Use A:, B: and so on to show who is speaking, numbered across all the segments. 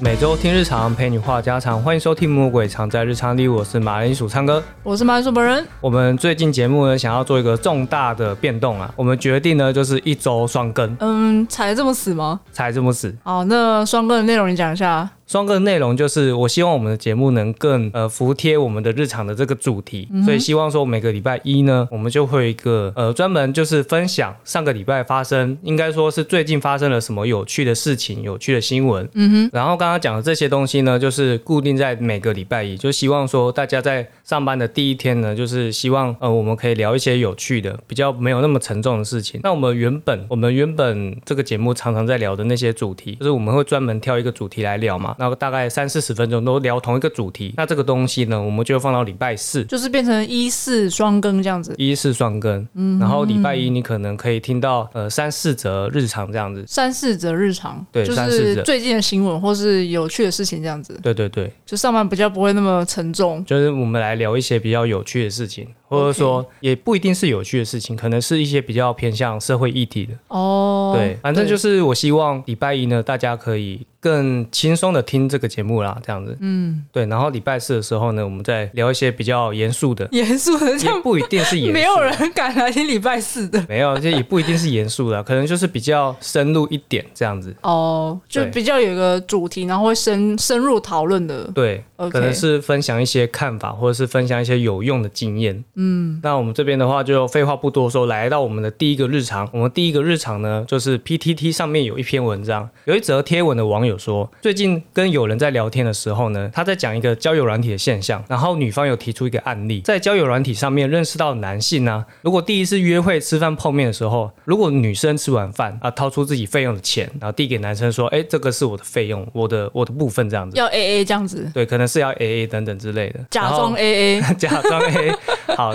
A: 每周听日常，陪你话家常，欢迎收听《魔鬼藏在日常里》，我是马铃薯唱歌。
B: 我是马主本人，
A: 我们最近节目呢，想要做一个重大的变动啊，我们决定呢，就是一周双更，
B: 嗯，踩得这么死吗？
A: 才这么死。
B: 哦，那双更的内容你讲一下。
A: 双更内容就是，我希望我们的节目能更呃服贴我们的日常的这个主题，所以希望说每个礼拜一呢，我们就会有一个呃专门就是分享上个礼拜发生，应该说是最近发生了什么有趣的事情、有趣的新闻。嗯哼。然后刚刚讲的这些东西呢，就是固定在每个礼拜一，就希望说大家在上班的第一天呢，就是希望呃我们可以聊一些有趣的、比较没有那么沉重的事情。那我们原本我们原本这个节目常常在聊的那些主题，就是我们会专门挑一个主题来聊嘛，然后大概三四十分钟都聊同一个主题。那这个东西呢，我们就放到礼拜四。
B: 就是变成一四双更这样子，
A: 一是双更，然后礼拜一你可能可以听到呃三四则日常这样子，
B: 三四则日常，
A: 对
B: 就
A: 三四则
B: 是最近的新闻或是有趣的事情这样子，
A: 对对对，
B: 就上班比较不会那么沉重。
A: 就是我们来聊一些比较有趣的事情，或者说也不一定是有趣的事情，可能是一些比较偏向社会议题的。
B: 哦，，
A: 对，反正就是是我希望礼拜一呢，大家可以更轻松的听这个节目啦，这样子。嗯，对。然后礼拜四的时候呢，我们再聊一些比较严肃的
B: 严肃的这
A: 也
B: 样，
A: 不一定是 严肃，
B: 没有人敢来听礼拜四的。
A: 没有，这也不一定是严肃的，可能就是比较深入一点这样子。
B: 哦，就
A: 对
B: 比较有一个主题，然后会深深入讨论的。
A: 对
B: OK
A: 可能是分享一些看法，或者是分享一些有用的经验。嗯，那我们这边的话就废话不多说，来到我们的第一个日常。我们第一个日常呢，就是 PTT 上面有一篇文章，有一则贴文的网友说，最近跟友人在聊天的时候呢，他在讲一个交友软体的现象，然后女方有提出一个案例，在交友软体上面认识到的男性呢、如果第一次约会吃饭碰面的时候，如果女生吃完饭啊，掏出自己费用的钱，然后递给男生说，哎，这个是我的费用，我的我的部分这样子。
B: 要 A A 这样子，
A: 对，可能是要 AA 等等之类的，
B: 假装
A: 然
B: A A，
A: 后 假装 AA。好，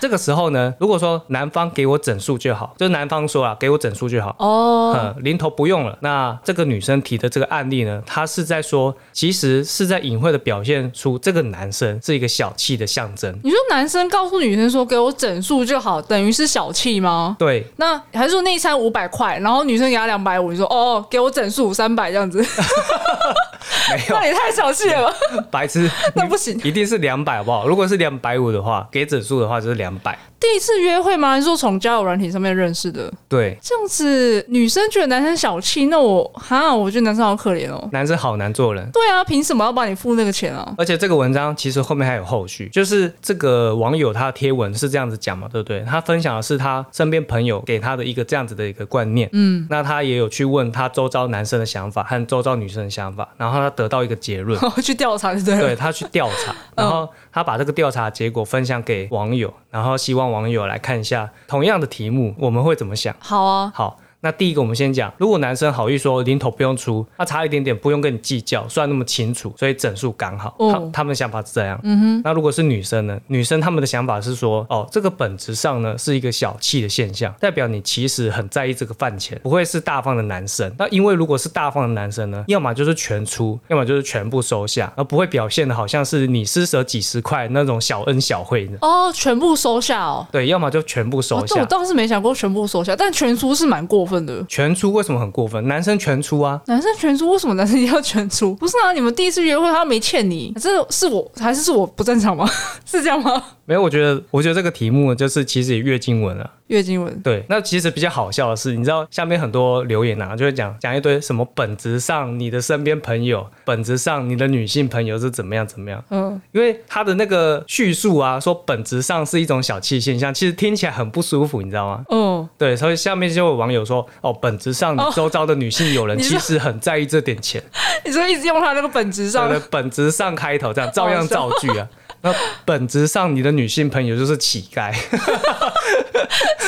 A: 这个时候呢，如果说男方给我整数就好，就是男方说啊，给我整数就好。
B: 哦，
A: 嗯，零头不用了。那这个女生提的这个案例呢，她是在说，其实是在隐晦的表现出这个男生是一个小气的象征。
B: 你说男生告诉女生说给我整数就好，等于是小气吗？
A: 对，
B: 那还是说那一餐五百块，然后女生给他两百五，你说哦，给我整数三百这样子，
A: 没有
B: 那也太小气 了吧？
A: 白痴，
B: 那不行。
A: 一定是两百好不好？如果是两百五的话，给整数的话就是两百。
B: 第一次约会吗？还是说从交友软体上面认识的？
A: 对，
B: 这样子女生觉得男生小气，那我哈，我觉得男生好可怜哦。
A: 男生好难做人。
B: 对啊，凭什么要帮你付那个钱啊？
A: 而且这个文章其实后面还有后续，就是这个网友他贴文是这样子讲嘛，对不对？他分享的是他身边朋友给他的一个这样子的一个观念，嗯，那他也有去问他周遭男生的想法和周遭女生的想法，然后他得到一个结论，
B: 然后去调查就对了。
A: 对他去调查，然后他把这个调查结果分享给网友，然后希望网友来看一下同样的题目我们会怎么想。
B: 好啊，
A: 好，那第一个我们先讲，如果男生好意说零头不用出，那差一点点不用跟你计较，算那么清楚，所以整数刚好。
B: 哦
A: 他他们的想法是这样。嗯哼。那如果是女生呢？女生他们的想法是说，哦，这个本质上呢是一个小气的现象，代表你其实很在意这个饭钱，不会是大方的男生。那因为如果是大方的男生呢，要么就是全出，要么就是全部收下，而不会表现的好像是你施舍几十块那种小恩小惠的。
B: 哦，全部收下哦。
A: 对，要么就全部
B: 哦
A: 收，
B: 这
A: 下。
B: 我倒是没想过全部收下，但全出是蛮过分的。
A: 全出为什么很过分？男生全出啊，
B: 男生全出，为什么男生一定要全出？ 不是啊，你们第一次约会他没欠你，这是我还是是我不正常吗？ 是这样吗？
A: 没有，我觉得，我觉得这个题目就是其实也月经文了。
B: 月经文
A: 对，那其实比较好笑的是，你知道下面很多留言啊，就会讲讲一堆什么本质上你的身边朋友，本质上你的女性朋友是怎么样怎么样。
B: 嗯，
A: 因为他的那个叙述啊，说本质上是一种小气现象，其实听起来很不舒服，你知道吗？
B: 哦，
A: 对，所以下面就有网友说，哦，本质上你周遭的女性友人
B: 你
A: 其
B: 说
A: 实很在意这点 钱，
B: 你说一直用他那个本质上
A: 对，对本质上开头 这样，照样造句啊。那本质上你的女性朋友就是乞丐，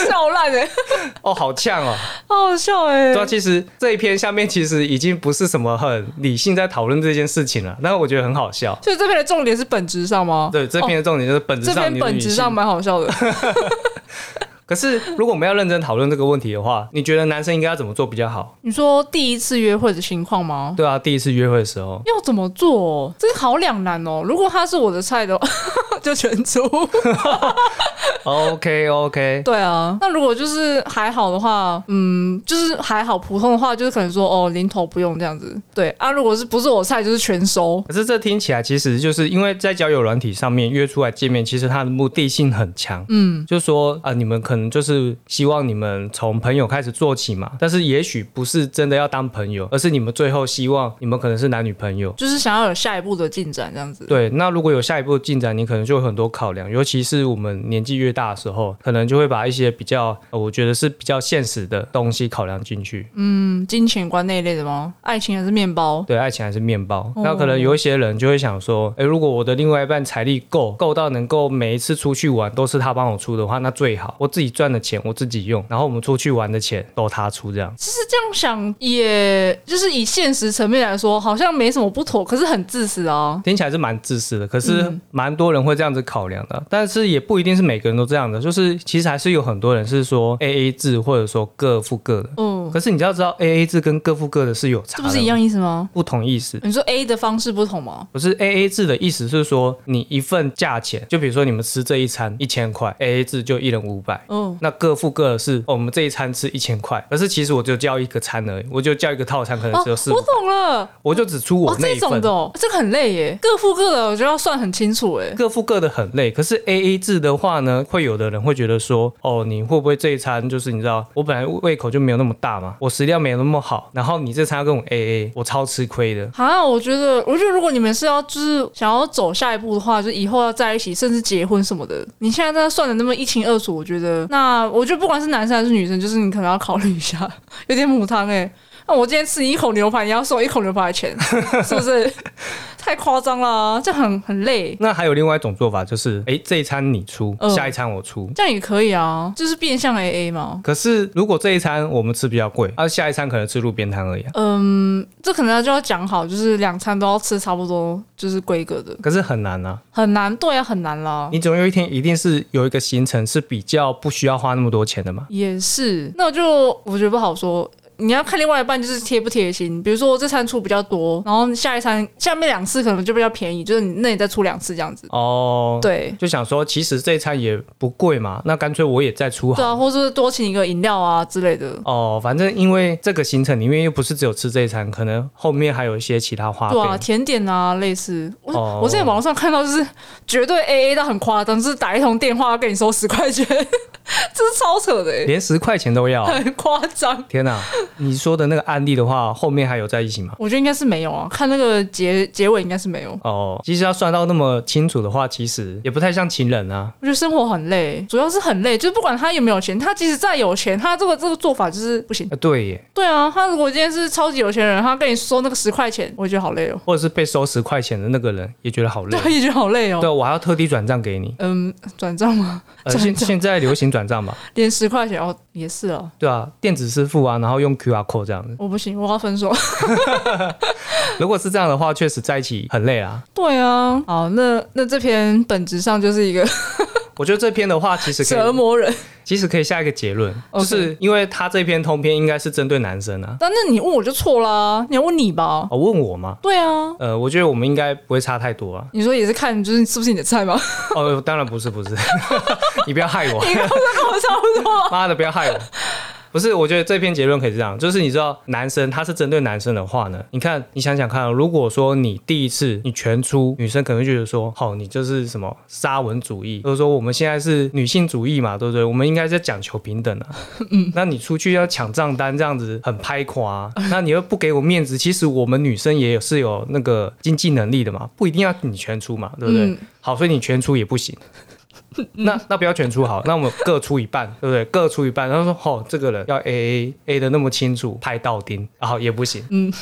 B: 笑烂哎、
A: 哦，好呛哦。
B: 好好笑哎、
A: 对啊，其实这一篇下面其实已经不是什么很理性在讨论这件事情了，但我觉得很好笑。
B: 所以这边的重点是本质上吗？
A: 对，哦这篇的重点就是本质
B: 这
A: 上
B: 边
A: 你的
B: 本
A: 女
B: 质上
A: 性。
B: 蛮好 笑的。
A: 可是如果我们要认真讨论这个问题的话，你觉得男生应该要怎么做比较好？
B: 你说第一次约会的情况吗？
A: 对啊，第一次约会的时候，
B: 要怎么做、哦？这个好两难哦。如果他是我的菜的话， 就全出。
A: OK OK，
B: 对啊，那如果就是还好的话，嗯，就是还好普通的话，就是可能说哦零头不用这样子。对啊，如果是不是我菜就是全收。
A: 可是这听起来其实就是因为在交友软体上面约出来见面，其实它的目的性很强。嗯，就说啊、你们可能就是希望你们从朋友开始做起嘛，但是也许不是真的要当朋友，而是你们最后希望你们可能是男女朋友。
B: 就是想要有下一步的进展，这样子。
A: 对，那如果有下一步进展，你可能就有很多考量，尤其是我们年纪越大的时候，可能就会把一些比较，呃我觉得是比较现实的东西考量进去。
B: 嗯，金钱观那一类的吗？爱情还是面包？
A: 对，爱情还是面包。那可能有一些人就会想说，诶，如果我的另外一半财力够，够到能够每一次出去玩都是他帮我出的话，那最好，我自己赚的钱我自己用，然后我们出去玩的钱都他出，这样
B: 其实这样想也，就是以现实层面来说，好像没什么不妥，可是很自私啊。
A: 听起来是蛮自私的，可是
B: 嗯
A: 蛮多人会这样子考量的，啊但是也不一定是每个人都这样的，就是其实还是有很多人是说 A A 制或者说各付各的，
B: 嗯，
A: 可是你要知道 A A 制跟各付各的是有差
B: 这
A: 的，
B: 不是一样意思吗？
A: 不同意思。
B: 你说 A 的方式不同吗？
A: 不是 A A 制的意思是说，你一份价钱，就比如说你们吃这一餐一千块，A A 制就一人五百。
B: 嗯，
A: 那各付各的是，哦，我们这一餐吃一千块，可是其实我就叫一个餐而已，我就叫一个套餐，可能
B: 哦，
A: 只有四、
B: 我懂了，
A: 我就只出我
B: 哦，
A: 那
B: 这
A: 一份。
B: 种的、哦，这个很累耶，各付各的，我觉得要算很清楚哎。
A: 各付各的很累，可是 A A 制的话呢，会有的人会觉得说，哦，你会不会这一餐就是你知道，我本来胃口就没有那么大嘛，我食量没有那么好，然后你这餐要跟我 A A，我超吃亏的。
B: 啊，我觉得，我觉得如果你们是要就是想要走下一步的话，就以后要在一起，甚至结婚什么的，你现在在算的那么一清二楚，我觉得，那我觉得不管是男生还是女生，就是你可能要考虑一下， 有点母汤哎、那我今天吃你一口牛排，你要收我一口牛排的钱，是不是？太夸张了啊，这样很很累，
A: 那还有另外一种做法就是，哎，这一餐你出，
B: 嗯
A: 下一餐我出，
B: 这样也可以啊，就是变相 A A 嘛。
A: 可是如果这一餐我们吃比较贵，而、下一餐可能吃路边摊而已、啊。
B: 嗯，这可能就要讲好，就是两餐都要吃差不多，就是规格的，
A: 可是很难啊，
B: 很难，对啊，很难啦。
A: 你总有一天一定是有一个行程是比较不需要花那么多钱的嘛。
B: 也是，那我就我觉得不好说。你要看另外一半就是贴不贴心，比如说这餐出比较多，然后下一餐下面两次可能就比较便宜，就是你那你再出两次这样子。
A: 哦，，
B: 对
A: 就想说其实这一餐也不贵嘛，那干脆我也再出
B: 对
A: 好。
B: 啊，或者是多请一个饮料啊之类的。
A: 哦，反正因为这个行程里面又不是只有吃这一餐，可能后面还有一些其他花费。
B: 对啊，甜点啊，类似我、
A: 哦
B: 我之前网上看到就是绝对 A A 到很夸张，就是打一通电话要跟你收十块钱，这 是超扯的、欸，
A: 连十块钱都要。
B: 很夸张。
A: 天哪、你说的那个案例的话，后面还有在一起吗？
B: 我觉得应该是没有啊，看那个结结尾应该是没有。
A: 哦，其实要算到那么清楚的话，其实也不太像情人啊。
B: 我觉得生活很累，主要是很累，就是不管他有没有钱，他即使再有钱，他这个这个做法就是不行。
A: 呃对耶，
B: 对啊，他如果今天是超级有钱人，他跟你收那个十块钱，我也觉得好累哦，
A: 或者是被收十块钱的那个人也觉得好累
B: 对，。也觉得好累
A: 对，
B: 哦。
A: 我还要特地转账给你。
B: 嗯，转账吗？
A: 呃，
B: 转
A: 现
B: 账
A: 现在流行转账嘛，
B: 连十块钱哦，也是哦，
A: 对啊，电子支付啊，然后用 QR code 这样子。
B: 我不行，我要分手。
A: 如果是这样的话，确实在一起很累啊。
B: 对啊，好，那那这篇本质上就是一个
A: 我觉得这篇的话，其实可
B: 折
A: 以，
B: 磨人。
A: 其实可以下一个结论，就
B: OK
A: 是因为他这篇通篇应该是针对男生啊。
B: 但那你问我就错啦，你要问你吧。
A: 哦，问我吗？
B: 对啊，
A: 呃，我觉得我们应该不会差太多啊。
B: 你说也是看就是是不是你的菜吗？
A: 哦，当然不是，不 是，你不要害我，
B: 你跟我跟我差不多。
A: 妈的，不要害我。不是，我觉得这篇结论可以这样，就是你知道，男生他是针对男生的话呢，你看，你想想看哦，如果说你第一次你全出，女生可能会觉得说，好、你就是什么沙文主义，或者说我们现在是女性主义嘛，对不对？我们应该在讲求平等啊。嗯，那你出去要抢账单这样子很拍垮、啊，那你又不给我面子，其实我们女生也有是有那个经济能力的嘛，不一定要你全出嘛，对不对？
B: 嗯
A: 好，所以你全出也不行。 那那不要全出好了，那我们各出一半， 对不对？各出一半。然后说，哦，这个人要 A A A 的那么清楚，拍到丁，然后也不行。
B: 嗯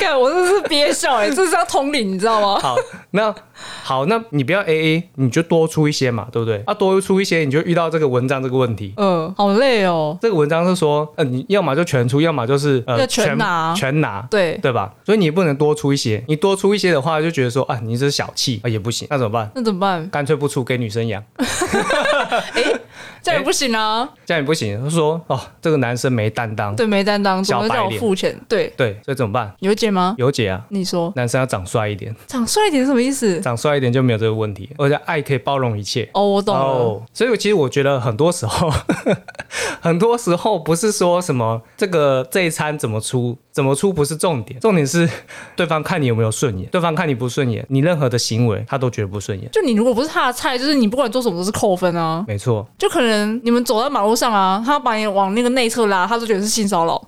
B: 干，我真是憋笑哎、欸，这是要通灵，你知道吗？
A: 好，那好，那你不要 A A，你就多出一些嘛，对不对？啊，多出一些，你就遇到这个文章这个问题。
B: 嗯，好累哦。
A: 这个文章是说，呃，你要么就全出，要么就是呃
B: 要全拿
A: 全拿。
B: 对，
A: 对吧？所以你也不能多出一些，你多出一些的话，就觉得说啊，你这是小气啊，也不行。那怎么办？
B: 那怎么办？
A: 干脆不出，给女生养。
B: 哎、这样也不行啊，
A: 这样也不行。他说哦，这个男生没担当，
B: 对，没担当，总
A: 小
B: 是
A: 白
B: 叫我
A: 脸
B: 付钱，对，
A: 对，所以怎么办？
B: 有解吗？
A: 有解啊，
B: 你说
A: 男生要长帅一点，
B: 长帅一点是什么意思？
A: 长帅一点就没有这个问题，而且爱可以包容一切。
B: 哦，我懂了，
A: 哦，所以其实我觉得很多时候， 很多时候不是说什么这个这一餐怎么出，怎么出不是重点，重点是 对方看你有没有顺眼，对方看你不顺眼，你任何的行为他都觉得不顺眼。
B: 就你如果不是他的菜，就是你不管做什么都是扣分啊。
A: 没错，
B: 就可能你们走在马路上啊，他把你往那个内侧拉，他都觉得是性 骚扰，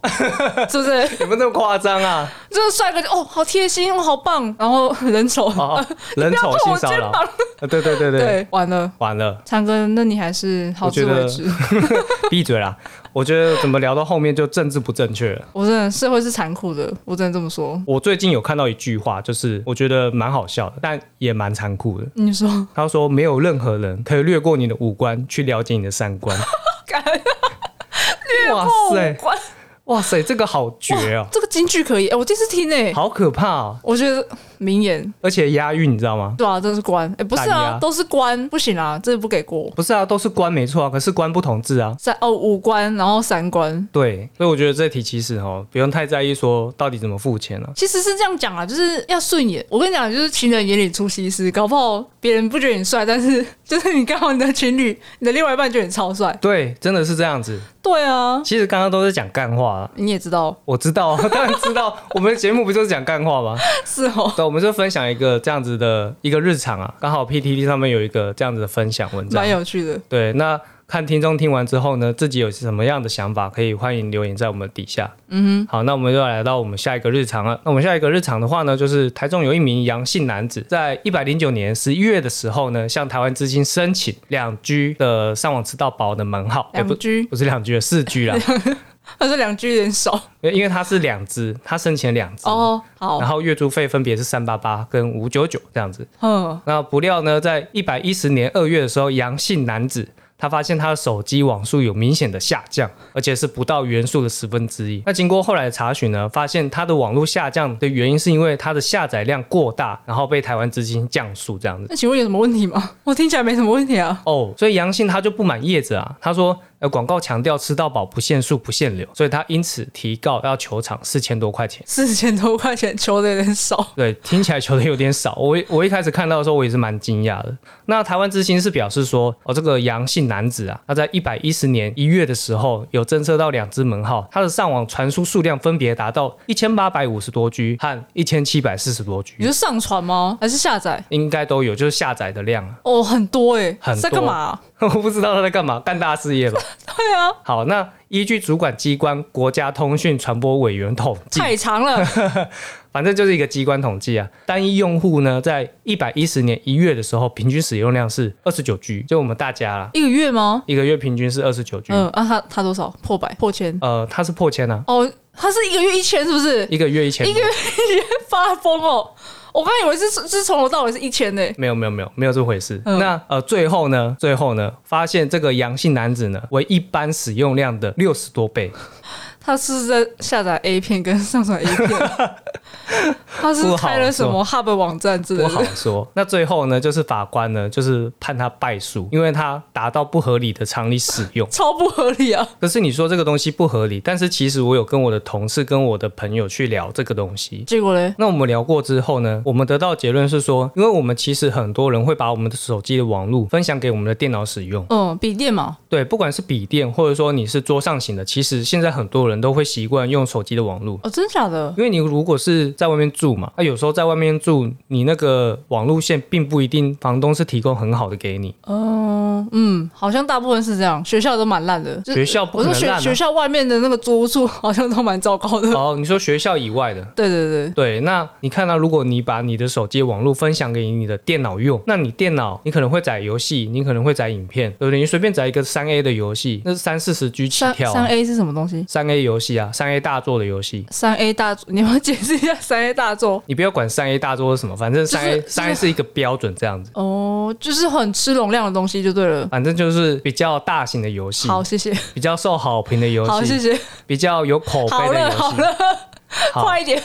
B: 是不是？
A: 有没有这么夸张 啊？
B: 这个帅哥就哦，好贴心，哦，好棒，然后人丑，
A: 哦，人
B: 不要
A: 丑
B: 碰
A: 性
B: 我
A: 骚
B: 肩
A: 扰，
B: 膀，
A: 呃对对对对，
B: 对，完了。
A: 完了，
B: 长哥，那你还是好自为之。
A: 闭嘴啦！我觉得怎么聊到后面就政治不正确了。
B: 我真的社会是残酷的，我真的这么说。
A: 我最近有看到一句话，就是我觉得蛮好笑的，但也蛮残酷的。
B: 你说，
A: 他说：“没有任何人可以略过你的五官去了解你的三观。
B: 感”
A: 哇
B: 觉
A: 塞，
B: 关
A: 哇塞，这个好绝哦，
B: 这个京剧可以，哎我第一次听诶、
A: 好可怕哦！
B: 我觉得名言
A: 而且押韵，你知道吗？
B: 对啊，真的是关，哎、不是
A: 单
B: 啊
A: 压，
B: 都是关，不行啊，这不给过。
A: 不是啊，都是官没错啊，可是官不同字啊。
B: 三哦五关，然后三关，
A: 对，所以我觉得这题其实哦，不用太在意说到底怎么付钱了、
B: 其实是这样讲啊，就是要顺眼。我跟你讲，就是情人眼里出西施，搞不好别人不觉得你帅，但是 就是你刚好你的情侣，你的另外一半觉得你超帅。
A: 对，真的是这样子。
B: 对啊，
A: 其实刚刚都是讲干话、啊，
B: 你也知道
A: 我知道，啊 当然知道，我们的节目不就是讲干话吗？
B: 是哦。
A: 对，我们就分享一个这样子的一个日常啊，刚好 PTT 上面有一个这样子的分享文章
B: 蛮，有趣的，
A: 对，那看听众听完之后呢，自己有什么样的想法，可以欢迎留言在我们底下。嗯哼，好，那我们就来到我们下一个日常了。那我们下一个日常的话呢，就是台中有一名杨姓男子，在一百零九年十一月的时候呢，向台湾之星申请两 G 的上网吃到饱的门号，哎
B: 两
A: 不
B: 居，
A: 不是两 G 四 G 啦，
B: 他说两居有点少
A: 因为因为它是两只，它申请两只。
B: 哦。好
A: 然，后月租费分别是三八八跟五九九这样子，
B: 嗯，
A: 那不料呢，在一百一十年二月的时候，阳性男子他发现他的手机网速有明显的下降，而且是不到原数的十分之一。那经过后来的查询呢，发现他的网络下降的原因是因为他的下载量过大，然后被台湾之星降速这样子。
B: 那请问有什么问题吗？我听起来没什么问题啊。
A: 哦，所以杨信他就不满叶子啊，他说，呃，广告强调吃到饱不限速不限流，所以他因此提告要求偿四千多块钱。
B: 四千多块钱求的有点少，
A: 对，听起来球的有点少。我一我一开始看到的时候，我也是蛮惊讶的。那台湾之星是表示说，哦，这个阳性男子啊，他在一百一十年一月的时候有侦测到两只门号，他的上网传输数量分别达到一千八百五十多 G 和一千七百四十多
B: 你
A: G，
B: 就上传吗？还是下载？
A: 应该都有，就是下载的量啊。
B: 哦，很多哎、
A: 很多
B: 在干嘛啊、
A: 我不知道他在干嘛，干大事业吧？
B: 对啊，
A: 好，那依据主管机关国家通讯传播委员统计，
B: 太 长了，
A: 反正就是一个机关统计啊。单一用户呢，在一百一十年一月的时候，平均使用量是二十九 G，就我们大家啦，
B: 一个月吗？
A: 一个月平均是二十九 G。
B: 嗯，啊，他他多少？破百，破千。
A: 呃，它是破千啊，
B: 哦，他是一个月一千，是不是？
A: 一个月一千多。
B: 发疯哦！我刚以为是是从头到尾是一千呢。
A: 没有没有没有没有这回事。
B: 嗯
A: 那呃，最后呢，最后呢，发现这个阳性男子呢，为一般使用量的六十多倍，
B: 他是在下载 A 片跟上 传 A 片，他是开了什么 Hub 网站之类
A: 不好
B: 的。
A: 说。 那最后呢，就是法官呢，就是判他败诉，因为他达到不合理的常理使用。
B: 超不合理啊！
A: 可是你说这个东西不合理，但是其实我有跟我的同事、跟我的朋友去聊这个东西。
B: 结果嘞，
A: 那我们聊过之后呢，我们得到结论是说，因为我们其实很多人会把我们的手机的网络分享给我们的电脑使用，
B: 嗯，笔电嘛，
A: 对，不管是笔电或者说你是桌上型的，其实现在很多人都会习惯用手机的网络。
B: 哦，真假的？
A: 因为你如果是在外面住嘛，啊那、有时候在外面住，你那个网路线并不一定房东是提供很好的给你，
B: 嗯嗯，好像大部分是这样，学校都蛮烂的。就
A: 学校不
B: 我
A: 可
B: 说
A: 能
B: 学
A: 烂、啊
B: 学校外面的那个租屋处好像都蛮糟糕的。
A: 啊。哦，你说学校以外的，
B: 对对对，
A: 对，那你看啊到、如果你把你的手机网络分享给你的电脑用，那你电脑你可能会载游戏，你可能会载影片，对不对？你随便载一个三 A 的游戏，那是三四十 G 起
B: 三
A: 跳、
B: 三
A: 啊。
B: A 是什么东西？
A: 三 A 游戏啊，三 A 大作的游戏，
B: 三 A 大作， 你要不要解释 一下三 A 大作？
A: 你不要管三 A 大作是什么，反正
B: 就是
A: 三 A
B: 就是
A: 三、A 是一个标准这样子，
B: 哦，就是很吃容量的东西就对了。
A: 反正就是比较大型的啊游戏，
B: 好，谢谢，
A: 比较受好评的游
B: 好，谢
A: 戏，
B: 谢，
A: 比较有口
B: 好
A: 碑的
B: 了，
A: 游
B: 好
A: 戏。
B: 了，
A: 好
B: 快一点。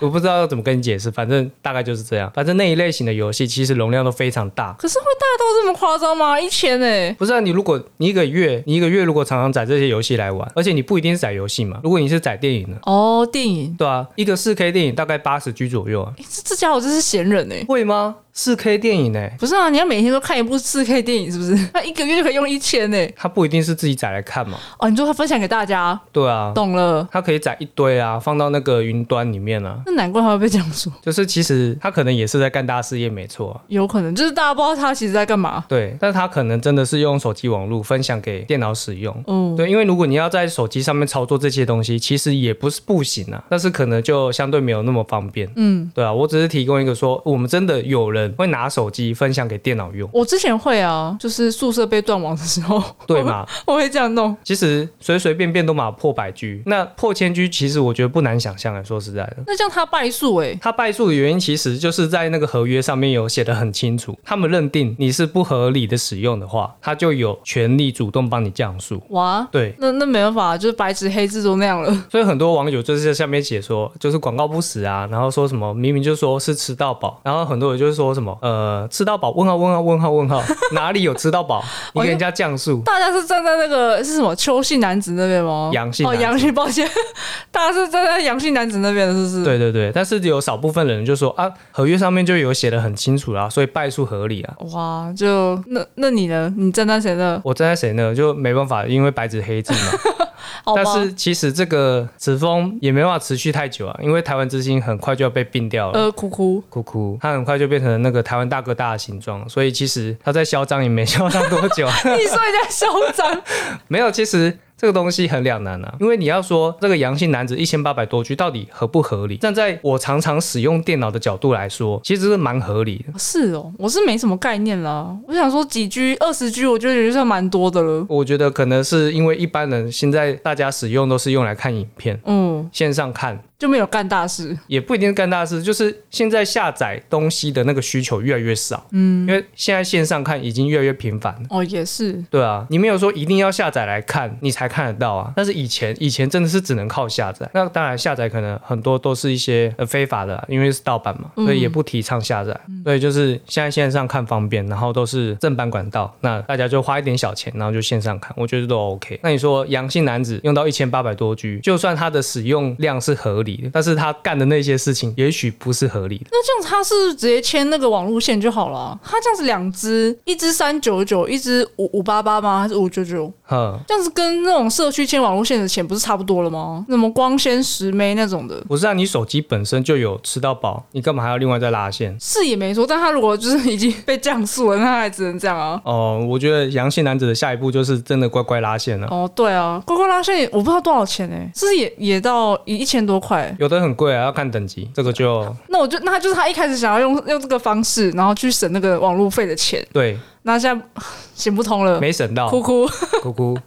A: 我不知道要怎么跟你解释，反正大概就是这样。反正那一类型的游戏其实容量都非常大。
B: 可是会大到这么夸张吗？一千哎、
A: 不是啊，你如果你一个月，你一个月如果常常载这些游戏来玩，而且你不一定是载游戏嘛，如果你是载电影呢？
B: 哦，电影，
A: 对啊，一个四 K 电影大概八十 G 左右啊，
B: 诶这这家伙真是闲人哎、
A: 会吗？四 K 电影呢、
B: 不是啊，你要每天都看一部四 K 电影是不是？那一个月就可以用一千哎！
A: 它不一定是自己载来看嘛，
B: 哦，你就会分享给大家，
A: 对啊，
B: 懂了。
A: 它可以载一堆啊，放到那个云端里面啊。
B: 那难怪他会被这样说，
A: 就是其实他可能也是在干大事业，没错啊、
B: 有可能就是大家不知道他其实在干嘛。
A: 对，但是他可能真的是用手机网络分享给电脑使用。
B: 嗯，
A: 对，因为如果你要在手机上面操作这些东西，其实也不是不行啊，但是可能就相对没有那么方便。
B: 嗯，
A: 对啊，我只是提供一个说，我们真的有人会拿手机分享给电脑用，
B: 我之前会啊，就是宿舍被断网的时候，
A: 对嘛？
B: 我会这样弄。
A: 其实随随便便都嘛破百 G，那破千 G 其实我觉得不难想象啊，说实在的。
B: 那这样他败诉哎、
A: 它败诉的原因其实就是在那个合约上面有写的很清楚，他们认定你是不合理的使用的话，他就有权利主动帮你降速。
B: 哇，
A: 对，
B: 那那没办法，啊就是白纸黑字都那样了。
A: 所以很多网友就是在下面写说，就是广告不实啊，然后说什么明明就说是吃到饱，然后很多人就是说什么呃吃到饱问号问号问号问号， 哪里有吃到饱？
B: 哦
A: 你给人家降速，
B: 大家是站在那个是什么邱姓男子那边吗？
A: 阳性啊
B: 哦，
A: 男子
B: 阳性，抱歉， 大家是站在阳性男子那边的，是不是？
A: 对对对，但是有少部分人就说啊，合约上面就有写的很清楚啦，所以败诉合理啊。
B: 哇，就那那你呢？你站在谁那？
A: 我站在谁呢？就没办法，因为白纸黑字 嘛。
B: 好吧
A: 但，是其实这个此风也没办法持续太久啊，因为台湾之星很快就要被并掉了。
B: 呃，哭哭，
A: 哭哭，它很快就变成那个台湾大哥大的形状，所以其实它在嚣张也没嚣张多久啊。
B: 你说人家嚣张，
A: 没有，其实这个东西很两难啊，因为你要说这个阳性男子一千八百多 G 到底合不合理？站在我常常使用电脑的角度来说，其实是蛮合理的。
B: 是哦，我是没什么概念啦。我想说几居二十居，我就觉得算蛮多的了。
A: 我觉得可能是因为一般人现在大家使用都是用来看影片，
B: 嗯，
A: 线上看。
B: 就没有干大事。
A: 也不一定是干大事，就是现在下载东西的那个需求越来越少，嗯，因为现在线上看已经越来越频繁了。
B: 哦，也是，
A: 对啊，你没有说一定要下载来看，你才看得到啊。但是以前以前真的是只能靠下载，那当然下载可能很多都是一些呃非法的啊、因为是盗版嘛，所以也不提倡下载。所以就是现在线上看方便，然后都是正版管道，那大家就花一点小钱，然后就线上看，我觉得都 OK。那你说阳性男子用到一千八百多 G，就算他的使用量是合理的，但是他干的那些事情也许不是合理的。
B: 那这样子他是直接签那个网路线就好了。啊他这样子两只，一只三九九，一只五五八八吗？还是五九九？
A: 哼，
B: 这样子跟那种社区签网路线的钱不是差不多了吗？什么光纤十枚那种的，
A: 不是啊，你手机本身就有吃到饱，你干嘛还要另外再拉线？
B: 是也没错。但他如果就是 已经被降速了，那他还只能这样啊。
A: 哦，我觉得阳性男子的下一步就是真的乖乖拉线了、
B: 哦，对啊，刮刮拉现在也我不知道多少钱哎、是不是也也到一一千多块欸、
A: 有的很贵啊，要看等级，这个就
B: 那我就那他就是他一开始想要用用这个方式，然后去省那个网路费的钱，
A: 对
B: 那现在 行不通了，
A: 没省到，
B: 哭哭，
A: 哭哭。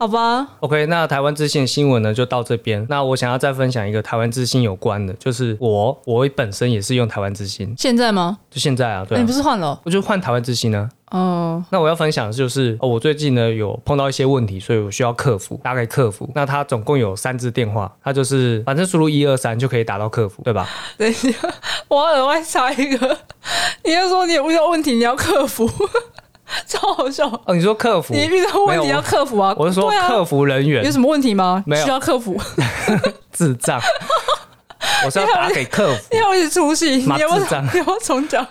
B: 好吧，
A: OK，那台湾之星的新闻呢就到这边。那我想要再分享一个台湾之星有关的，就是我我本身也是用台湾之星，
B: 现在吗？
A: 就现在啊，对啊
B: 欸你不是换了？
A: 我就换台湾之星呢、
B: 哦、
A: 那我要分享的就是、哦我最近呢有碰到一些问题，所以我需要客服，大概客服。那它总共有三支电话，它就是反正输入一二三就可以打到客服，对吧？
B: 等一下，我要额外插一个，你要说你有遇到问题，你要克服， 超好笑。
A: 哦，你说客服，
B: 你遇到
A: 没
B: 问
A: 有
B: 题要
A: 我
B: 克服啊？
A: 我是说
B: 对啊
A: 客服人员
B: 有什么问题吗？
A: 没有
B: 需要克服。
A: 智障。 我是要打给客 服，
B: 你好，一直出戏，你
A: 妈
B: 要不
A: 智
B: 要
A: 障
B: 你要不要重讲？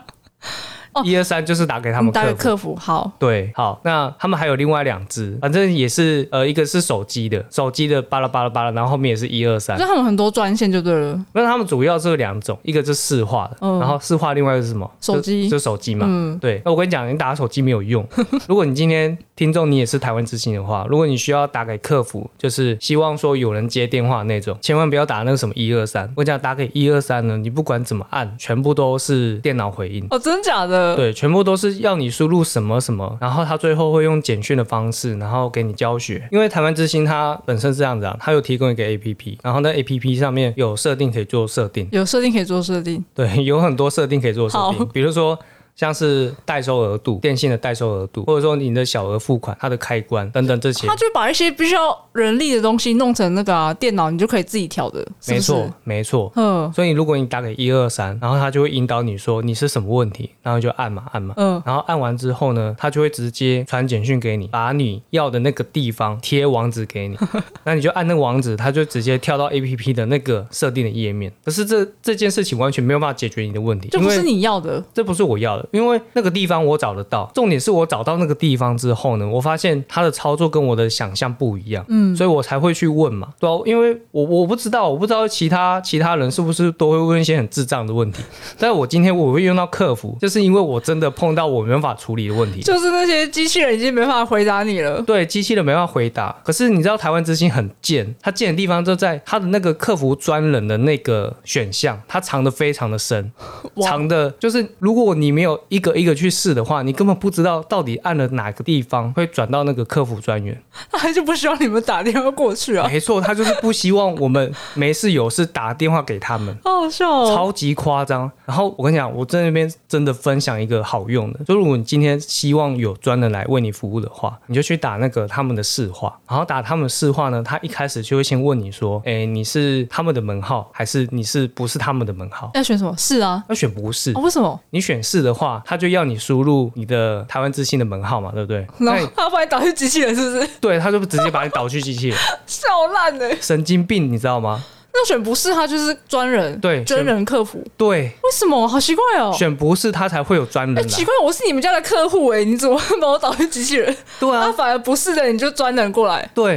A: 一二三就是打给 他们
B: 你打
A: 客
B: 给
A: 服。
B: 客服，好，
A: 对，好，那他们还有另外两只，反正也是呃，一个是手机的，手机的巴拉巴拉巴拉，然后后面也是一二三
B: 就。他们很多专线就对了。
A: 那他们主要是有两种，一个是市话的，
B: 嗯
A: 然后市话另外一个是什么？
B: 手机
A: 就就手机嘛。
B: 嗯
A: 对，那我跟你讲，你打手机没有用。 如果你今天听众你也是台湾之星的话，如果你需要打给客服，就是希望说有人接电话那种，千万不要打那个什么一二三。我讲打给一二三呢，你不管怎么按，全部都是电脑回应。
B: 哦，真的假的？
A: 对，全部都是要你输入什么什么，然后他最后会用简讯的方式，然后给你教学。因为台湾之星它本身是这样子啊，它有提供一个 APP，然后那 APP 上面有设定可以做设定，
B: 有设定可以做设定，
A: 对，有很多设定可以做设定
B: 好，
A: 比如说。像是代收额度、电信的代收额度，或者说你的小额付款、它的开关等等这些
B: 他。就把一些必须要人力的东西弄成那个、啊、电脑，你就可以自己调的，是
A: 没
B: 不是
A: 错，，没错。
B: 嗯
A: 所以如果你打给一二三，然后他就会引导你说你是什么问题，然后你就按嘛按嘛。
B: 嗯，
A: 然后按完之后呢，他就会直接传简讯给你，把你要的那个地方贴网址给 你，那你就按那个网址，他就直接跳到 A P P 的那个设定的页面。可是这这件事情完全没有办法解决你的问题，
B: 就
A: 因
B: 不
A: 为
B: 是你要的，
A: 这不是我要的，因为那个地方我找得到。重点是我找到那个地方之后呢，我发现它的操作跟我的想象不一样，嗯，所以我才会去问嘛，对、啊、因为我我不知道，我不知道其他其他人是不是都会问一些很智障的问题，但是我今天我会用到客服，就是因为我真的碰到我没办法处理的问题。
B: 就是那些机器人已经没办法回答你了。
A: 对，机器人没办法回答。可是你知道台湾之星很贱，它贱的地方就在它的那个客服专人的那个选项，它藏的非常的深，
B: 哇
A: 藏的就是如果你没有一个一个去试的话，你根本不知道到底按了哪个地方会转到那个客服专员。
B: 他就不希望你们打电话过去啊，
A: 没错，他就是不希望我们没事有事打电话给他们。
B: 好好笑哦。
A: 超级夸张。然后我跟你讲，我在那边真的分享一个好用的，就如果你今天希望有专人来为你服务的话，你就去打那个他们的市话，然后打他们的市话呢，他一开始就会先问你说，哎，你是他们的门号还是你是不是他们的门号？
B: 要选什么？是啊，
A: 要选不是
B: 哦，，为什么？
A: 你选是的话，他就要你输入你的台湾之星的门号嘛，对不对？ 那
B: 然
A: 你
B: 后他把你打去机器人，是不 是？,
A: 对，他就直接把你导去机器人，
B: 笑烂呢、
A: 神经病，你知道吗？
B: 那选不是他就是专人，
A: 对
B: 真人客服，
A: 对，
B: 为什么？好奇怪哦。
A: 选啊不是他才会有专人
B: 哎、
A: 来，
B: 奇怪，我是你们家的客户哎、你怎么会把我打去机器人？
A: 对
B: 那、
A: 啊，
B: 反而不是的，你就专人过来。
A: 对，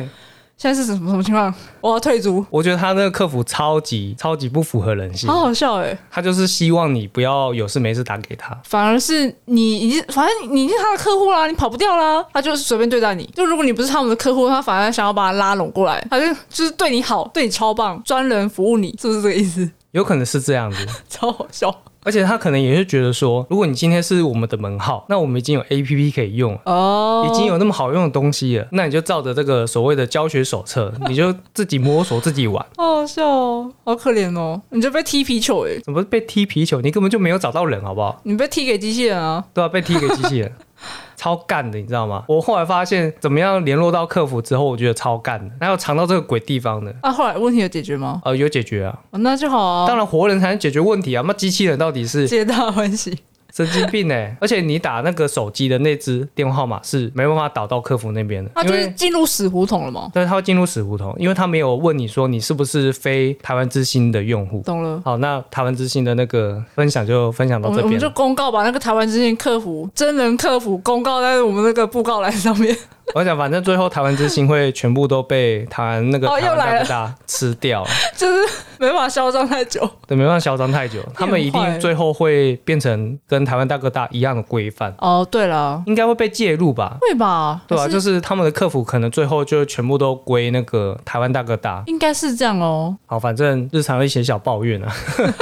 B: 现在是什么什么情况？我要退租，
A: 我觉得他那个客服超级超级不符合人性
B: 好，好笑哎、
A: 他就是希望你不要有事没事打给他。
B: 反而是你已经，反正你已经是他的客户啦，你跑不掉啦，他就是随便对待你。就如果你不是他们的客户，他反而想要把他拉拢过来，他就就是对你好，对你超棒，专人服务你，是不是这个意思？
A: 有可能是这样子，
B: 超好笑
A: 而且他可能也是觉得说，如果你今天是我们的门号，那我们已经有 A P P 可以用了，
B: 哦
A: 已经有那么好用的东西了，那你就照着这个所谓的教学手册， 你就自己摸索自己玩。
B: 好好笑哦，好可怜哦，你就被踢皮球诶、
A: 怎么被踢皮球？你根本就没有找到人，好不好？
B: 你被踢给机器人啊，
A: 对啊，被踢给机器人， 超干的，你知道吗？我后来发现，怎么样联络到客服之后，我觉得超干的，哪有藏到这个鬼地方的？
B: 啊，后来问题有解决吗？
A: 呃，有解决啊，
B: 哦、那就好啊
A: 当，然活人才能解决问题啊，那机器人到底是
B: 皆大欢喜。
A: 神经病哎、而且你打那个手机的那只电话号码是没办法导到客服那边的，
B: 他
A: 因
B: 哦啊就是
A: 为。
B: 进入死胡同了吗？
A: 但是他会进入死胡同，因为他没有问你说你是不是非台湾之星的用户。
B: 懂了。
A: 好，那台湾之星的那个分享就分享
B: 我
A: 到
B: 们
A: 这
B: 我们
A: 边
B: 就
A: 了。
B: 公告把那个台湾之星客服真人客服公告在我们那个布告栏上面。
A: 我想，反正最后台湾之星会全部都被台湾那个
B: 哦
A: 台
B: 又
A: 湾
B: 来
A: 大
B: 了
A: 哥大吃掉，
B: 就是没办法嚣张太久。
A: 对，没办法嚣张太 久，他们一
B: 你很坏
A: 定最后会变成跟台湾大哥大一样的规范，
B: 哦，对了，
A: 应该会被介入吧？
B: 会吧？
A: 对啊，
B: 还是
A: 就是他们的客服可能最后就全部都归那个台湾大哥大。
B: 应该是这样哦。
A: 好，反正日常的一些小抱怨啊，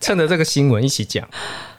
A: 趁着这个新闻一起讲。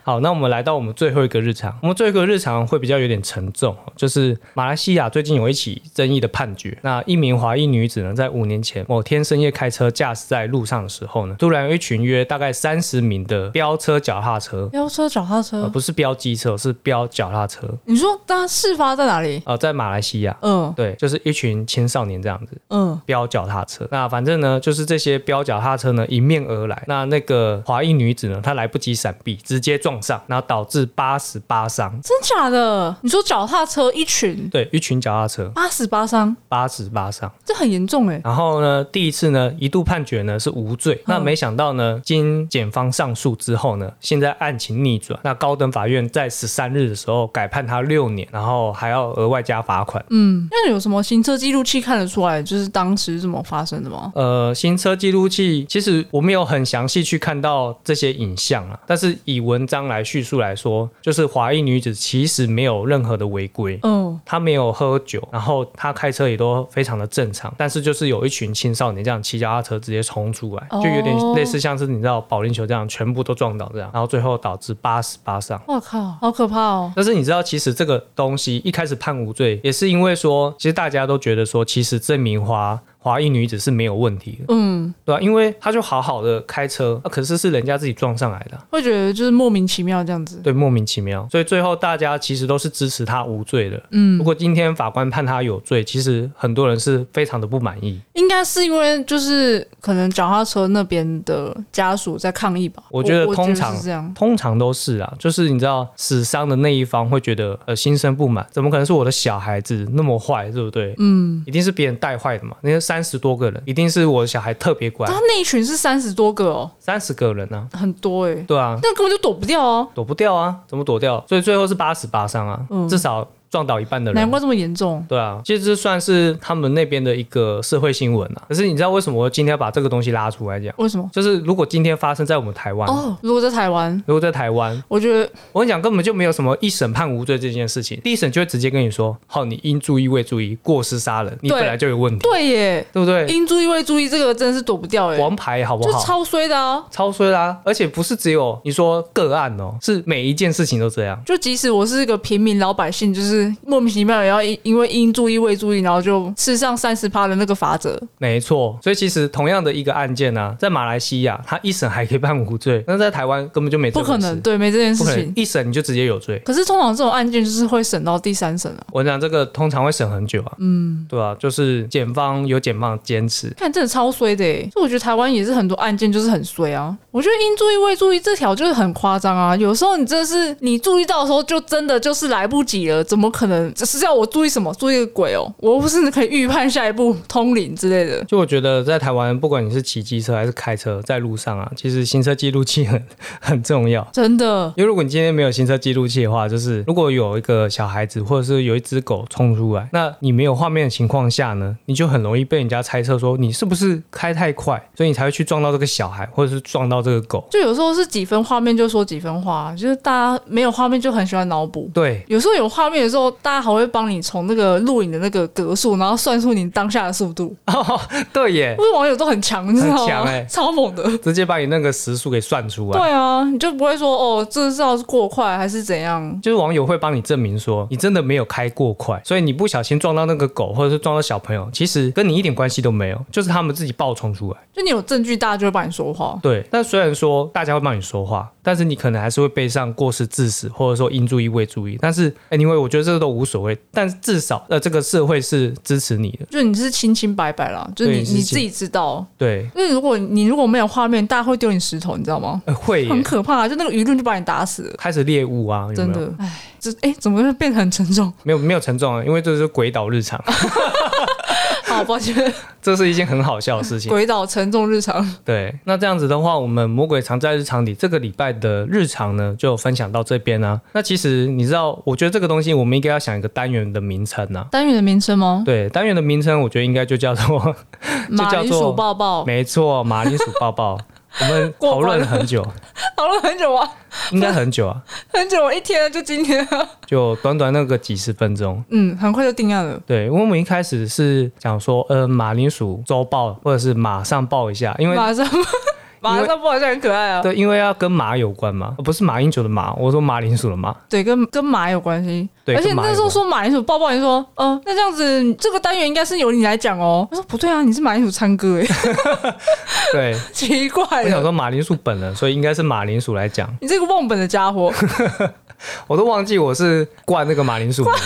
A: 好，那我们来到我们最后一个日常，我们最后一个日常会比较有点沉重，就是马来西亚最近有一起争议的判决。那一名华裔女子呢，在五年前某天深夜开车驾驶在路上的时候呢，突然有一群约大概三十名的飙车脚踏车，
B: 飙车、脚踏车，
A: 呃，不是飙机车，是飙脚踏车，
B: 你说它事发在哪里？
A: 呃，在马来西亚，
B: 嗯
A: 对，就是一群青少年这样子。
B: 嗯，
A: 飙脚踏车。那反正呢，就是这些飙脚踏车呢迎面而来，那那个华裔女子呢，她来不及闪避，直接撞上，然后导致八十八伤。
B: 真假的？你说脚踏车一群
A: 对，一群脚踏车
B: 八十八伤，
A: 八十八伤。
B: 这很严重哎、
A: 然后呢，第一次呢一度判决呢是无罪，那
B: 嗯
A: 没想到呢，经检方上诉之后呢，现在案情逆转，那高等法院在十三日的时候改判他六年，然后还要额外加罚款。
B: 嗯，那有什么行车记录器看得出来，就是当时是怎么发生的吗？
A: 呃，行车记录器其实我没有很详细去看到这些影像啊，但是以文章来叙述来说，就是华裔女子其实没有任何的违规。
B: 嗯，
A: 她没有喝酒，然后她开车也都非常的正常，但是就是有一群青少年这样骑脚踏车直接冲出来，
B: 哦
A: 就有点类似像是你知道保龄球这样，全部都撞倒这样，然后最后导致八十八伤。
B: 我靠，好可怕哦！
A: 但是你知道，其实这个东西一开始判无罪，也是因为说，其实大家都觉得说，其实这名华华裔女子是没有问题的，
B: 嗯，
A: 对吧、啊因为她就好好的开车，啊、可是是人家自己撞上来的啊、
B: 会觉得就是莫名其妙这样子。
A: 对，莫名其妙。所以最后大家其实都是支持他无罪的。
B: 嗯
A: 如，果今天法官判他有罪，其实很多人是非常的不满意。
B: 应该是因为就是可能脚踏车那边的家属在抗议吧。
A: 我觉得通常
B: 我是这样，
A: 通常都是啊，就是你知道死伤的那一方会觉得呃心生不满，怎么可能是我的小孩子那么坏，对不对？
B: 嗯，
A: 一定是别人带坏的嘛。那些三十多个人，一定是我的小孩特别乖
B: 他，那一群是三十多个哦，
A: 三十个人啊，
B: 很多哎、
A: 对啊，
B: 那根本就躲不掉哦，
A: 躲不掉啊，怎么躲掉？所以最后是八死八伤啊，
B: 嗯
A: 至少撞倒一半的人
B: 难。怪这么严重。
A: 对啊，其实这算是他们那边的一个社会新闻啊。可是你知道为什么我今天要把这个东西拉出来讲？
B: 为什么？
A: 就是如果今天发生在我们台湾，
B: 哦，如果在台湾，
A: 如果在台湾，
B: 我觉得
A: 我跟你讲，根本就没有什么一审判无罪这件事情，第一审就会直接跟你说，好，你因注意未注意过失杀人，你
B: 对
A: 本来就有问题，
B: 对耶，
A: 对不对？
B: 应注意未注意，这个真的是躲不掉哎、
A: 王牌好不
B: 就
A: 好？
B: 超衰的啊！
A: 超衰啦、而且不是只有你说个案哦，是每一件事情都这样。
B: 就即使我是一个平民老百姓，就是莫名其妙也要因因为应注意未注意，然后就吃上三十趴的那个罚则。
A: 没错，所以其实同样的一个案件呢、啊，在马来西亚，他一审还可以判无罪，但是在台湾根本就没这
B: 不
A: 回
B: 可
A: 事
B: 能，对，没这件事
A: 不可能
B: 情。
A: 一审你就直接有罪。
B: 可是通常这种案件就是会审到第三审啊。
A: 我讲这个通常会审很久啊，嗯，对啊，就是检方有检方的坚持，
B: 看，真的超衰的欸！所以我觉得台湾也是很多案件就是很衰啊。我觉得应注意未注意这条就是很夸张啊。有时候你真的是你注意到的时候，就真的就是来不及了。怎么可能？这是要我注意什么？注意个鬼哦！我又不是可以预判下一步通灵之类的。
A: 就我觉得在台湾，不管你是骑机车还是开车，在路上啊，其实行车记录器很 很重要。
B: 真的，
A: 因为如果你今天没有行车记录器的话，就是如果有一个小孩子或者是有一只狗冲出来，那你没有画面的情况下呢，你就很容易被人家猜测说你是不是开太快，所以你才会去撞到这个小孩或者是撞到这个狗。
B: 就有时候是几分画面就说几分话，就是大家没有画面就很喜欢脑补。
A: 对，
B: 有时候有画面的时候，大家还会帮你从那个录影的那个格数，然后算出你当下的速度。
A: 哦，对 耶，
B: 因为网友都很强，你知道
A: 很
B: 吗？
A: 强欸
B: 超猛的。
A: 直接把你那个时速给算出来。
B: 对啊，你就不会说哦，这是要是过快还是怎样？
A: 就是网友会帮你证明说你真的没有开过快，所以你不小心撞到那个狗或者是撞到小朋友，其实跟你一点关系都没有，就是他们自己爆冲出来。
B: 就你有证据，大家就会帮你说话。
A: 对，但虽然说大家会帮你说话，但是你可能还是会背上过失致死或者说应注意未注意。但是 anyway，我觉得这个都无所谓，但至少呃这个社会是支持你的。
B: 就你是清清白白啦，就是你
A: 对是
B: 你自己知道。
A: 对，
B: 因为如果你如果没有画面，大家会丢你石头，你知道吗？
A: 呃、会
B: 很
A: 耶
B: 可怕、就那个舆论就把你打死了，
A: 开始猎物啊，有
B: 真
A: 没有？
B: 的。哎，这哎、怎么会变得很沉 重？
A: 没有没有沉重啊，因为这是鬼岛日 常，
B: 好，抱歉，
A: 这是一件很好笑的事情。
B: 鬼岛沉重日常。
A: 对，那这样子的话，我们魔鬼藏在日常里这个礼拜的日常呢，就分享到这边啊。那其实你知道，我觉得这个东西我们应该要想一个单元的名称啊。
B: 单元的名称吗？
A: 对，单元的名称我觉得应该就叫做，
B: 马
A: 叫
B: 铃
A: 做
B: 薯抱抱，
A: 没错，马铃薯抱 抱。我们讨
B: 过关
A: 论
B: 了
A: 了很久，
B: 讨论很久啊，
A: 应该很久啊，
B: 很久，一天就今天啊。
A: 就短短那个几十分钟。
B: 嗯，很快就定案了。
A: 对，因为我们一开始是讲说，呃，马铃薯周报或者是马上报一下，因为
B: 马上 马上不好像很可爱啊。
A: 对，因为要跟马有关嘛，呃不是马英九的马，我说马铃薯的马。
B: 对，跟跟马有关系。
A: 对
B: 而且
A: 跟马有
B: 那时候
A: 关
B: 说马铃薯抱抱，你说，嗯、那这样子这个单元应该是由你来讲哦。我说不对啊，你是马铃薯唱歌哎，
A: 对，
B: 奇怪
A: 我想
B: 了，
A: 说马铃薯本人，所以应该是马铃薯来讲。
B: 你这个忘本的家伙，
A: 我都忘记我是灌那个马铃薯名了。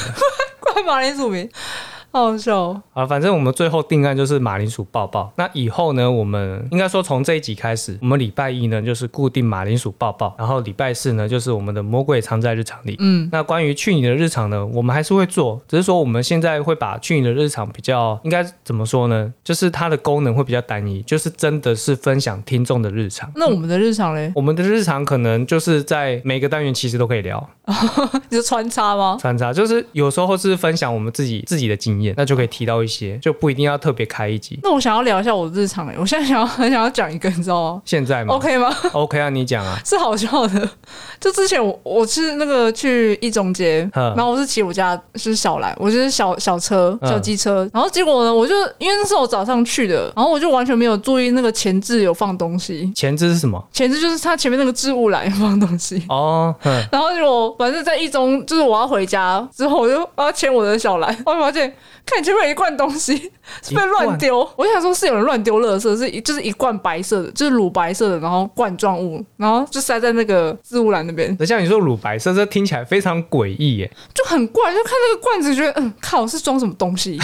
B: 怪马铃薯名，好好笑哦。
A: 啊，反正我们最后定案就是马铃薯抱抱。那以后呢，我们应该说从这一集开始，我们礼拜一呢就是固定马铃薯抱抱，然后礼拜四呢就是我们的魔鬼藏在日常里。
B: 嗯，
A: 那关于去你的日常呢，我们还是会做，只是说我们现在会把去你的日常比较应该怎么说呢？就是它的功能会比较单一，就是真的是分享听众的日常。
B: 那我们的日常嘞，
A: 我们的日常可能就是在每个单元其实都可以聊，
B: 你是穿插吗？
A: 穿插，就是有时候是分享我们自己自己的经验，那就可以提到一些，就不一定要特别开一集。
B: 那我想要聊一下我的日常哎，我现在想要很想要讲一个，你知道吗
A: 现在嘛
B: ？OK 吗？
A: OK 啊，你讲啊，
B: 是好笑的。 就之前我我是那个去一中街，
A: 嗯
B: 然后我是骑我家是小蓝，我就是小小车
A: 嗯
B: 小机车，然后结果呢，我就因为那是我早上去的，然后我就完全没有注意那个前置有放东西，
A: 前置是什么？
B: 前置就是它前面那个置物栏有放东西。
A: 哦，哼
B: 然后就我反正在一中，就是我要回家之后，我就我要牵我的小蓝，我发现看你前面有一罐东 西是被
A: 一
B: 乱
A: 罐
B: 丢，我想说是有人乱丢垃圾，是一就是一罐白色的，就是乳白色的，然后罐状物，然后就塞在那个置物篮那边，
A: 等一下你说乳白色，这听起来非常诡异耶。
B: 就很怪，就看那个罐子，觉得嗯，靠，是装什么 东西？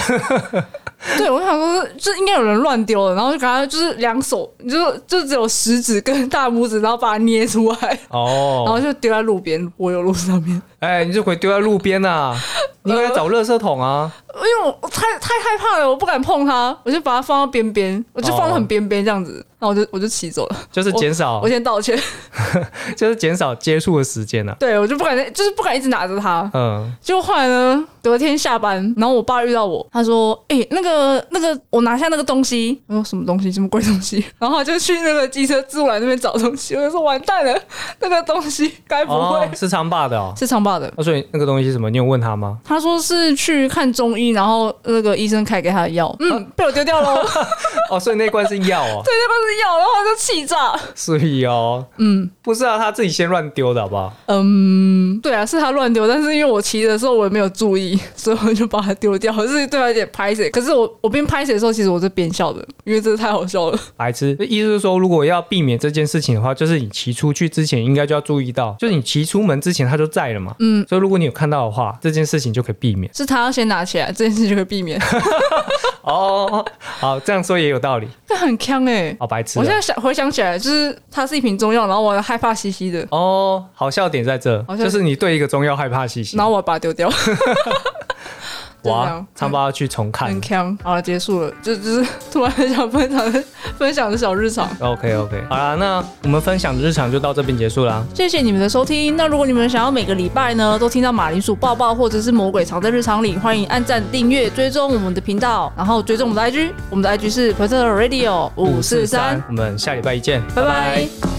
B: 对，我想说，这应该有人乱丢了，然后就赶快就是两手，就就只有食指跟大拇指，然后把它捏出来，然后
A: 哦，
B: 就丢在路边柏油路上面。
A: 哎，你就回丢在路边啊，你应该找垃圾桶啊。
B: 因为我我太太害怕了，我不敢碰它，我就把它放到边边，我就放到很边边这样子，然后我就我就骑走了。
A: 就是减少
B: 我，先道歉，
A: 就是减少接触的时间啊。
B: 对我就不敢再，就是不敢一直拿着它。
A: 嗯，
B: 结果后来呢，隔天下班，然后我爸遇到我，他说：“哎、那个那个，我拿下那个东西。”我说：“什么东西？什么鬼东西？”然后他就去那个机车置物栏那边找东西。我就说：“完蛋了，那个东西该不会
A: 哦，是长爸的哦。
B: 是长爸的
A: 那所以那个东西是什么？你有问他吗？”？
B: 他说是去看中医，然后那个医生开给他的药，嗯，被我丢掉了。
A: 哦，所以那罐是药哦，
B: 对，那罐是药，然后我就气炸。
A: 所以哦，
B: 嗯
A: 不是啊，他自己先乱丢的好不好？
B: 嗯，对啊，是他乱丢，但是因为我骑的时候我也没有注意， 所以我就把它丢掉，是对他有点拍谁。可是我我边拍谁的时候，其实我是边笑的，因为真的太好笑了。
A: 白痴，意思是说，如果要避免这件事情的话，就是你骑出去之前应该就要注意到，就是你骑出门之前他就在了嘛。
B: 嗯，
A: 所以如果你有看到的话，这件事情就可以避免。
B: 是他要先拿起来，这件事就会避免。
A: 哦，好，这样说也有道理。
B: 他很呛哎、
A: 好白痴、
B: 我
A: 啊
B: 现。在想回想起来，就是它是一瓶中药，然后我害怕兮兮的，
A: 哦，好笑点在这，
B: 好笑点
A: 就是你对一个中药害怕兮兮
B: 然。后我把它丢掉，就这
A: 哇
B: 样，
A: 苍巴要去重看
B: 很。呛。好了，结束了，就就是突然很想分享的 分享的小日常。
A: OK OK，好啦，那我们分享的日常就到这边结束啦。
B: 谢谢你们的收听。那如果你们想要每个礼拜呢都听到马铃薯抱抱或者是魔鬼藏在日常里，欢迎按赞、订阅、追踪我们的频道，然后追踪我们的 IG，我们的 IG 是 p o t a t o Radio 五四三，
A: 我们下礼拜一见，
B: 拜拜